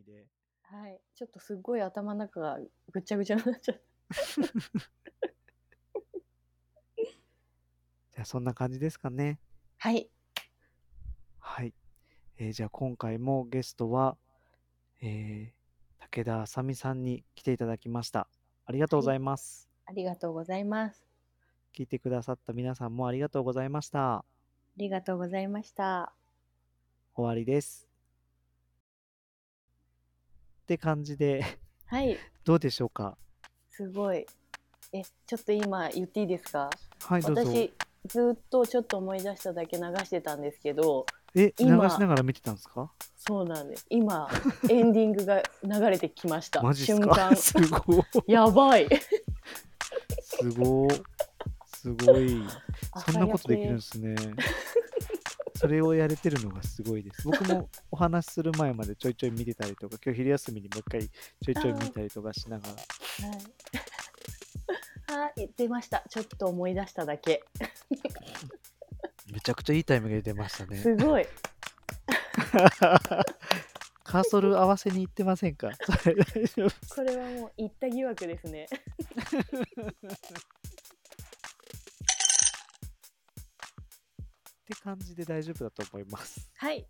いで。はい。ちょっとすっごい頭の中がぐちゃぐちゃになっちゃった。じゃあ、そんな感じですかね。はい。はい。えー、じゃあ、今回もゲストは、えー、武田あさみさんに来ていただきました。ありがとうございます。ありがとうございます。聞いてくださった皆さんもありがとうございました。ありがとうございました。終わりです。って感じで、 はい。どうでしょうかすごい。え、ちょっと今言っていいですかはい、どうぞ。私、ずっとちょっと思い出しただけ流してたんですけど、え、流しながら見てたんですかそうなんです。 今、エンディングが流れてきました。マジっすか すごい。やばい。すごすごい。そんなことできるんです ね。それをやれてるのがすごいです。僕もお話しする前までちょいちょい見てたりとか、今日昼休みにもう一回ちょいちょい見たりとかしながら。はい。はい、出ました。ちょっと思い出しただけ。めちゃくちゃいいタイミングで出ましたね。すごい。 カーソル合わせに行ってませんか それ大丈夫これはもう行った疑惑ですね。って感じで大丈夫だと思います。はい。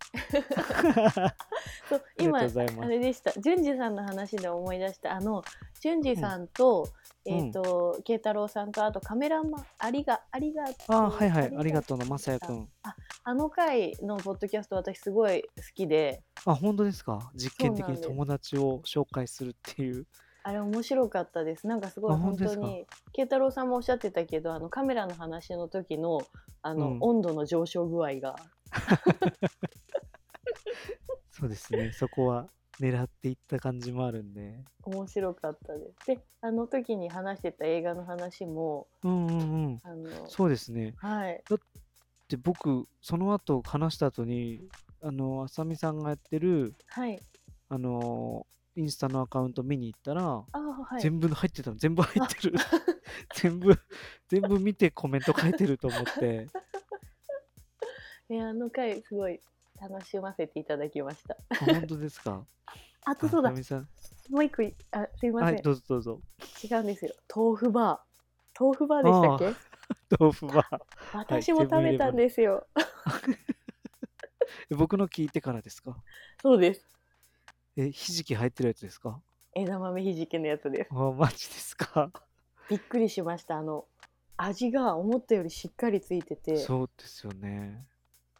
そう今あれでした。淳二さんの話で思い出したあの淳二さんと、うん、えっ、ー、と慶、うん、太郎さんとあとカメラマンありがありがあはいはいありがとうのまさやくん。ああの回のポッドキャスト私すごい好きで。あ本当ですか。実験的に友達を紹介するっていう。あれ面白かったです。なんかすごい本当に慶太郎さんもおっしゃってたけど、あのカメラの話の時のあの、うん、温度の上昇具合が。そうですね。そこは狙っていった感じもあるんで。面白かったです。で、あの時に話してた映画の話も、うんうんうん。あのそうですね。はい。だって僕その後話した後に、あの浅見さんがやってる、はい。、あのインスタのアカウント見に行ったら、はい全部入ってたの全部入ってる 全部全部見てコメント書いてると思っていあの回すごい楽しませていただきました本当ですかあとそうだもう一個あすいません、はい、どうぞどうぞ違うんですよ豆腐バー豆腐バーでしたっけ豆腐バー、私も食べたんですよ、はい僕の聞いてからですかそうですえ、ひじき入ってるやつですか枝豆ひじきのやつです。あ、マジですか。びっくりしました。あの、味が思ったよりしっかりついてて。そうですよね。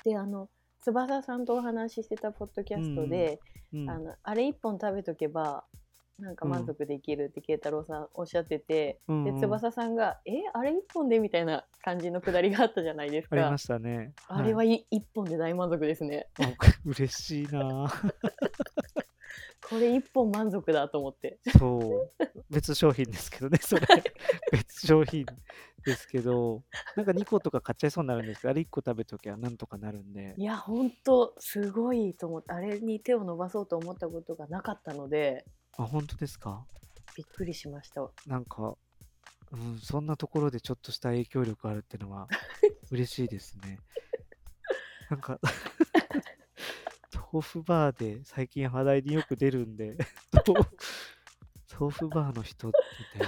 で、あの、翼さんとお話ししてたポッドキャストで、うんうん、あのあれ一本食べとけば、なんか満足できるって慶太郎さんおっしゃってて、うん、で翼さんが「えあれ一本で?」みたいな感じのくだりがあったじゃないですかありましたね、はい、あれは一本で大満足ですね嬉しいなこれ一本満足だと思ってそう別商品ですけどねそれ別商品ですけどなんか2個とか買っちゃいそうになるんですけどあれ1個食べときゃなんとかなるんでいやほんとすごいと思ってあれに手を伸ばそうと思ったことがなかったのであ本当ですかびっくりしましたなんか、うん、そんなところでちょっとした影響力あるってのは嬉しいですねなんか豆腐バーで最近話題によく出るんで豆腐バーの人みたいな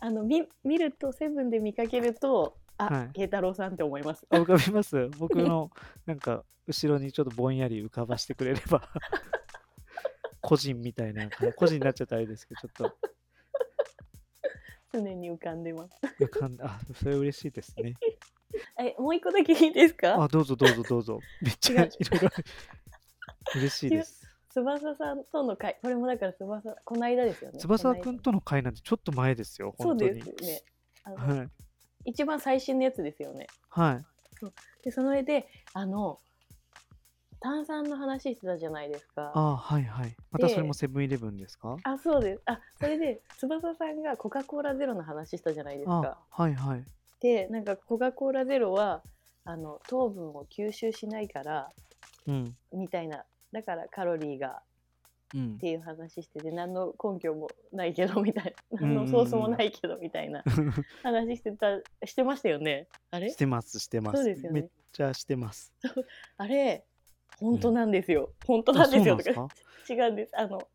あの見見るとセブンで見かけるとあ、はい、慶太郎さんって思いますあ浮かびます僕のなんか後ろにちょっとぼんやり浮かばしてくれれば 個人みたいな個人になっちゃったあれですけどちょっと常に浮かんでます浮かんあそれ嬉しいですねえもう一個だけいいですかあどうぞどうぞどうぞめっちゃいろいろ嬉しいです翼さんとの会これもだから翼この間ですよね翼くんとの会なんてちょっと前ですよそうですねはい、一番最新のやつですよねはいそうでその上であの炭酸の話してたじゃないですか。あはいはい。またそれもセブンイレブンですかあそうです。あそれで翼さんがコカ・コーラゼロの話したじゃないですか。はいはい。でなんかコカ・コーラゼロはあの糖分を吸収しないから、うん、みたいなだからカロリーが、うん、っていう話してて何の根拠もないけどみたいな何のソースもないけどみたいな話してたしてましたよね。あれしてますしてます。そうですよね。めっちゃしてます。あれ本当なんですよ、本当なんですよとかあそうなんで違うんですあの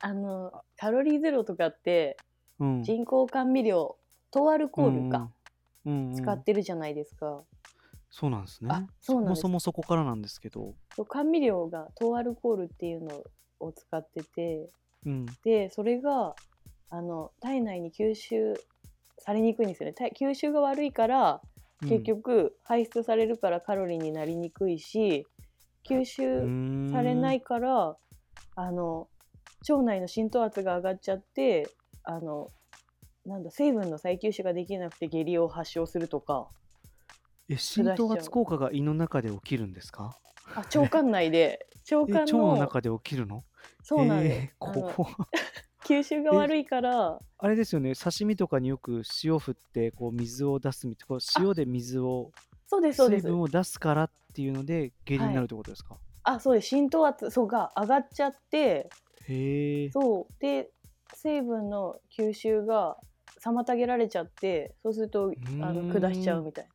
あのカロリーゼロとかってうん人工甘味料糖アルコールか、うんうんうん使ってるじゃないですか、そうなんですねあそうなんもですそもそこからなんですけどそう甘味料が糖アルコールっていうのを使っててうんでそれがあの体内に吸収されにくいんですよね体吸収が悪いから結局排出されるからカロリーになりにくいし吸収さされないから、あの腸内の浸透圧が上がっちゃってあのなんだ成分の再吸収ができなくて下痢を発症すると かえ浸透圧効果が胃の中で起きるんですかあ腸管内で腸え管腸のの中で起きるのそうなんです、えーあのここ吸収が悪いからあれですよね刺身とかによく塩振ってこう水を出すみたいこう塩で水をそうですそうで水す分を出すからっていうので下痢になるってことですか、あそうです浸透圧そうが上がっちゃってへえそうで成分の吸収が妨げられちゃってそうするとあうーんの下しちゃうみたい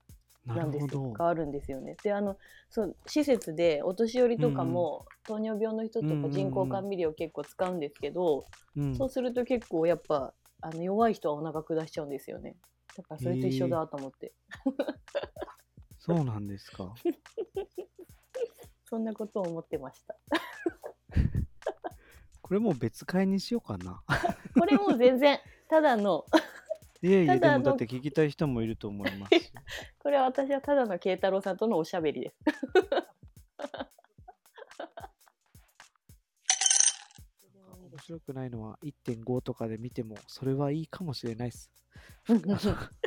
ななるんでほすよどがあるんですよね。であのそう施設でお年寄りとかも、糖尿病の人とうんうんうかん人工甘味料結構使うんですけど、うんそうすると結構やっぱあの弱い人はお腹下しちゃうんですよね。だからそれと一緒だと思って、そうなんです かそんなことを思ってました。これもう別会にしようかなこれも全然ただの いやいやただであものだって聞きたい人もいると思いますしこれは私はただの慶太郎さんとのおしゃべりです。面白くないのは1.5とかで見てもそれはいいかもしれないで すうんうんうあんの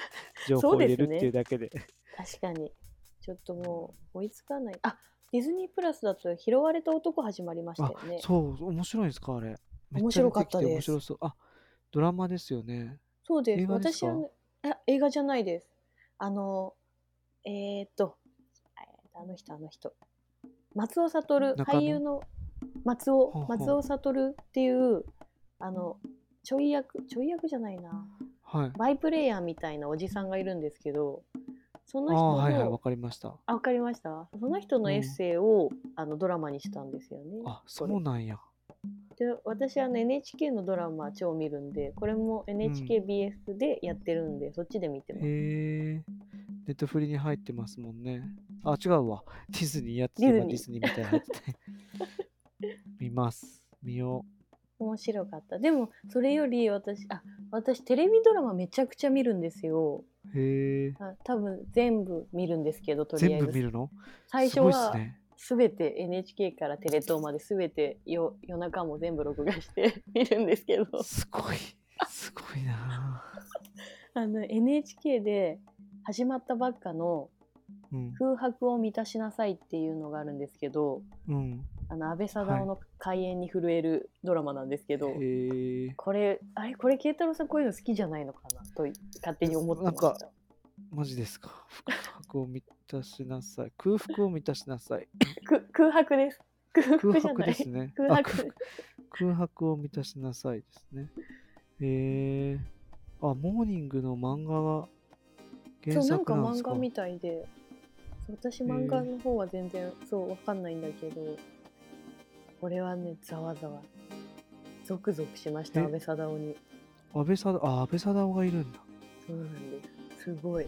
情報を入れるっていうだけで確かにちょっともう追いつかないあディズニープラスだと「拾われた男」始まりましたよねそう面白いんですかあれめ面ちゃ白出かてっきたてです面白そうあドラマですよねそうです映画です私かは、ね、あ映画じゃないですあのえー、っとえーっとあの人あの人松尾悟中野俳優の松ほう尾ほう松尾悟っていうあのちょい役ちょい役じゃないなはいバイプレイヤーみたいなおじさんがいるんですけどそあの人あのはいはいわかりましたあ、わかりました。その人のエッセイを、あのドラマにしたんですよね。あこそれうなんやで、私あの NHK のドラマ超見るんで、これも NHKBS でやってるんで、そっちで見へてます。えネットフリに入ってますもんねあ違うわディズニーやってデてィズデニーィズニーみたいに入ってて 見ます見よ面白かった。でもそれより私あ私テレビドラマめちゃくちゃ見るんですよ。うへえあ多分全部見るんですけど、とりあえ全部見ずるの最初すごいっはすねすべて NHK からテレ東まで全てよ夜中も全部録画して 見るんですけど、すごいすごいなああの NHK で始まったばっかのうん空白を満たしなさいっていうのがあるんですけどうんあの安倍貞夫の開演に震えるドラマなんですけど、へえこれあれこれ慶太郎さんこういうの好きじゃないのかなと勝手に思ってましたなんかマジですか空白を満たしなさい空腹を満たしなさいく空白です空空白じゃ白ないですね。空あ白空空白を満たしなさいですね。へえあ、モーニングの漫画が原そうなん作かなんで漫すか。画みたいでそう私漫画の方は全然そうわかんないんだけどこれはねざわざわゾクゾクしましたえ安倍貞夫に安倍貞あ、安倍貞夫がいるんだ。そうなんですすごい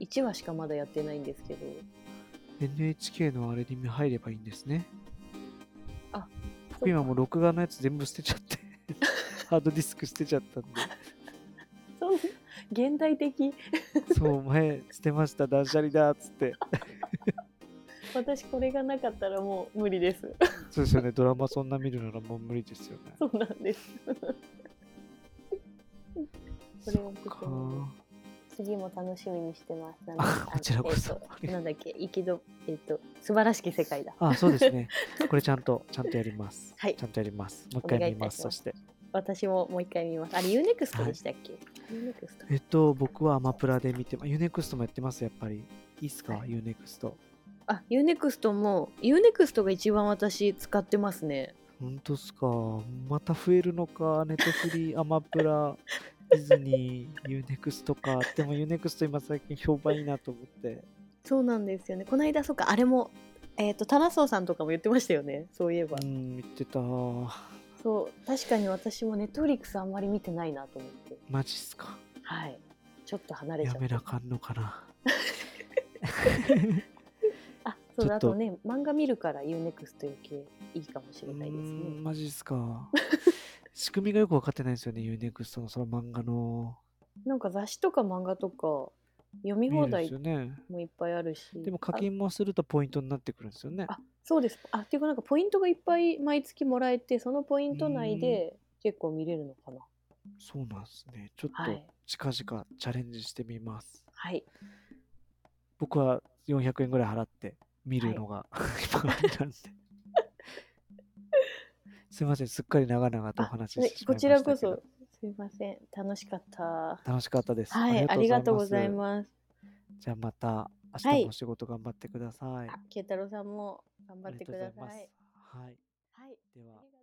1話しかまだやってないんですけど NHK のあれに入ればいいんですね。あ、僕今もう録画のやつ全部捨てちゃ って。ハードディスク捨てちゃったんで。そんな現代的 そう、前捨てました、断捨離だっつって。私これがなかったらもう無理ですそうですよね、ドラマそんな見るならもう無理ですよね。そうなんですそれをちょっとか次も楽しみにしてますなのであこちらこそあのえっとなんだっけ生きどえっと素晴らしき世界だあそうです ね。これちゃんと、ちゃんとやります。はいちゃんとやります。もう一お回願い見いたます。しそますして。私ももう一回見ますあれ UNEXT でしたっけ、UNEXT えっと、僕はアマプラで見てま、ユネクストもやってます、やっぱり。いいっすか、はユネクスト。あ UNEXT も UNEXT が一番私使ってますねほんとっすか。また増えるのか、ネットフリー、 アマプラ、ディズニー、ユネクストか。でもユネクスト今最近評判いいなと思って。そうなんですよねこの間そうかあれもえっ、とタラソーさんとかも言ってましたよねそういえば、うん、言ってた。そう確かに私もネットフリックスあんまり見てないなと思ってマジっすか。はいちょっと離れちゃやっめたなあかんのかな。あそうだあちょっととね漫画見るから UNEXT 余計いいかもしうれないですーんねマジっすか。仕組みがよく分かってないんですよね、UNEXT のその漫画の。なんか雑誌とか漫画とか読み見える放んです題よね。もいっぱいあるしでも課金もするとポイントになってくるんですよねあ。そうですあっていうかなんかポイントがいっぱい毎月もらえてそのポイント内で結構見れるのかなそうなんですね。ちょっはいと近々チャレンジしてみます。はい僕は400円ぐらい払って見るのが 今までなん で。すいません、すっかり長々とおあ話しでしてしまいこまちしたらけどこそすいません楽しかった楽しかったです。はいありがとうございす。ますじゃあまた明は日いもお仕事頑張ってください。あ慶太郎さんも頑張ってくださいありがとうございます。はい。はいでは。ありがとう